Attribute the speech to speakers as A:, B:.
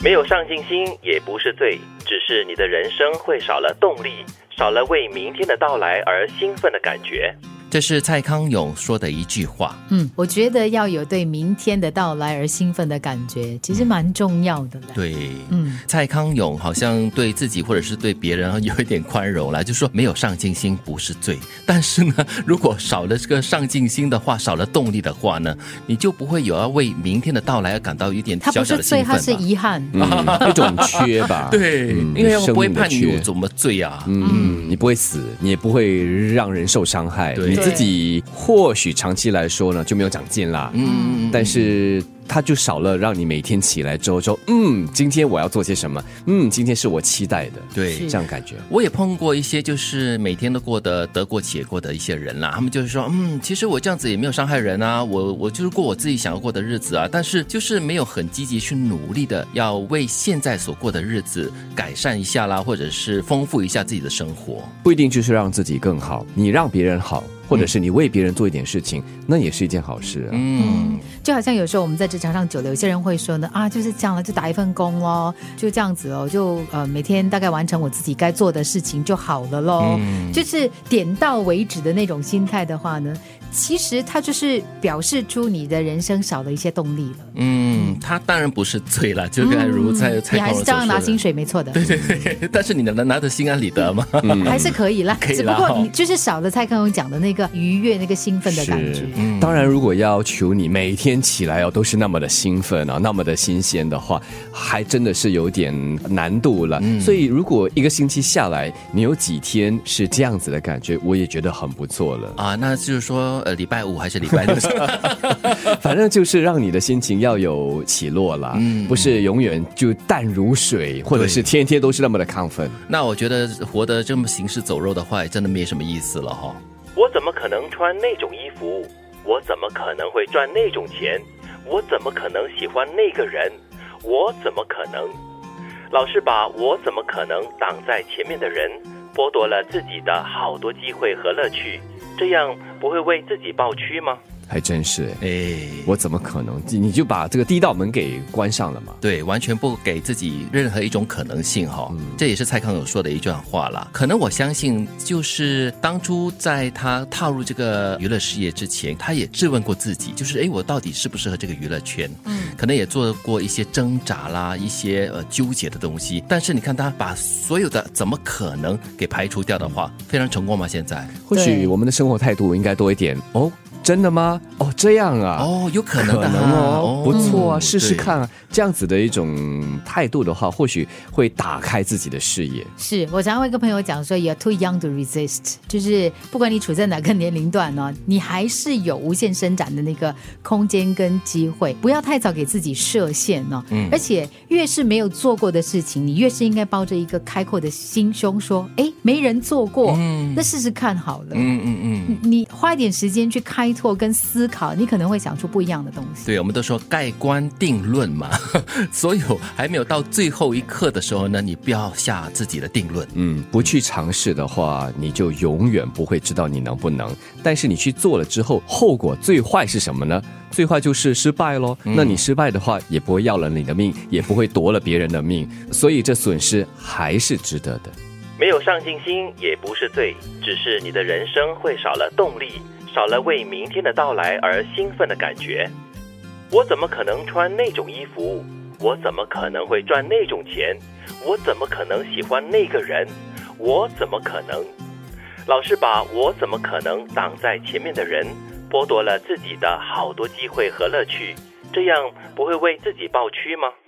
A: 没有上进心也不是罪，只是你的人生会少了动力，少了为明天的到来而兴奋的感觉。
B: 这是蔡康永说的一句话。
C: 嗯，我觉得要有对明天的到来而兴奋的感觉，其实蛮重要的啦。
B: 对，
C: 嗯，
B: 蔡康永好像对自己或者是对别人有一点宽容啦，就说没有上进心不是罪，但是呢，如果少了这个上进心的话，少了动力的话呢， 你就不会有要为明天的到来而感到一点
C: 它
B: 小
C: 不
B: 小
C: 是
B: 的
C: 罪，
B: 兴
C: 它
B: 奋
C: 是
B: 吧。。
C: 遗憾。
D: 嗯，一种缺吧
B: 对，
D: 嗯
B: 因为我
D: 生
B: 不会
D: 命的
B: 判你
D: 缺
B: 有怎么罪啊。
D: 嗯，你不会死，你也不会让人受伤害，
B: 对
D: 你自己或许长期来说呢就没有长进啦，
B: 嗯，
D: 但是它就少了让你每天起来之后说，嗯，今天我要做些什么，嗯，今天是我期待的，
B: 对
C: 是
D: 这样感觉。
B: 我也碰过一些就是每天都过得得过且过的一些人啦，他们就是说，嗯，其实我这样子也没有伤害人啊，我我就是过我自己想要过的日子啊，但是就是没有很积极去努力的要为现在所过的日子改善一下啦，或者是丰富一下自己的生活。
D: 不一定就是让自己更好，你让别人好，或者是你为别人做一点事情，那也是一件好事啊。
B: 嗯，
C: 就好像有时候我们在职场上久了，有些人会说呢，啊，就是这样了，就打一份工咯，就这样子哦，就呃每天大概完成我自己该做的事情就好了咯，
B: 嗯
C: 就是点到为止的那种心态的话呢，其实它就是表示出你的人生少了一些动力了。
B: 嗯，他当然不是罪了，就该如蔡蔡
C: 嗯你
B: 康
C: 还
B: 永所
C: 是照样拿
B: 说
C: 薪
B: 的，
C: 水，没错的，
B: 但是你能拿得心安理 得吗？
C: 还是可以啦。
B: 可以
C: 只
B: 啦
C: 不过你
B: 哦
C: 就是少了蔡康永讲的那个愉悦、那个兴奋的感觉
D: 是。，当然，如果要求你每天起来哦都是那么的兴奋啊，那么的新鲜的话，还真的是有点难度了。所以，如果一个星期下来，你有几天是这样子的感觉，我也觉得很不错 了。
B: 啊，那就是说，呃，礼拜五还是礼拜六？
D: 反正就是让你的心情要有起落啦，不是永远就淡如水，或者
B: 对
D: 是天天都是那么的亢奋。
B: 那我觉得活得这么行尸走肉的话，也真的没什么意思了哈、
A: 我怎么可能穿那种衣服？我怎么可能会赚那种钱？我怎么可能喜欢那个人？我怎么可能？老是把我怎么可能挡在前面的人，剥夺了自己的好多机会和乐趣，这样不会为自己抱屈吗？
D: 还真是哎，
B: 哎，
D: 我怎么可能？你你就把这个地道门给关上了嘛？
B: 对，完全不给自己任何一种可能性哈、
D: 嗯
B: 这也是蔡康永说的一段话啦。可能我相信，就是当初在他踏入这个娱乐事业之前，他也质问过自己，就是哎诶，我到底适不适合这个娱乐圈？嗯，可能也做过一些挣扎啦，一些呃纠结的东西。但是你看他把所有的怎么可能给排除掉的话，非常成功吗？现在
D: 或许我们的生活态度应该多一点哦。真的吗？哦，这样啊。
B: 哦，有可能
D: 可
B: 的
D: 能
B: 哈
D: 哦，不错啊，
B: 嗯
D: 试试
B: 对
D: 看啊，这样子的一种态度的话，或许会打开自己的视野。
C: 是我常常会跟朋友讲说，you're too young to resist，就是不管你处在哪个年龄段呢、哦你还是有无限伸展的那个空间跟机会，不要太早给自己设限呢、嗯，而且越是没有做过的事情，你越是应该抱着一个开阔的心胸说，哎，没人做过，那试试看好了。
B: 嗯嗯嗯。
C: 你花一点时间去开拓跟思考，你可能会想出不一样的东西。
B: 对，我们都说盖棺定论嘛， 所有还没有到最后一刻的时候呢，你不要下自己的定论。
D: 嗯，不去尝试的话，你就永远不会知道你能不能。但是你去做了之后，后果最坏是什么呢？最坏就是失败咯。那你失败的话，也不会要了你的命，也不会夺了别人的命，所以这损失还是值得的。
A: 没有上进心也不是罪，只是你的人生会少了动力，少了为明天的到来而兴奋的感觉。我怎么可能穿那种衣服？我怎么可能会赚那种钱？我怎么可能喜欢那个人？我怎么可能？老是把我怎么可能挡在前面的人，剥夺了自己的好多机会和乐趣，这样不会为自己抱屈吗？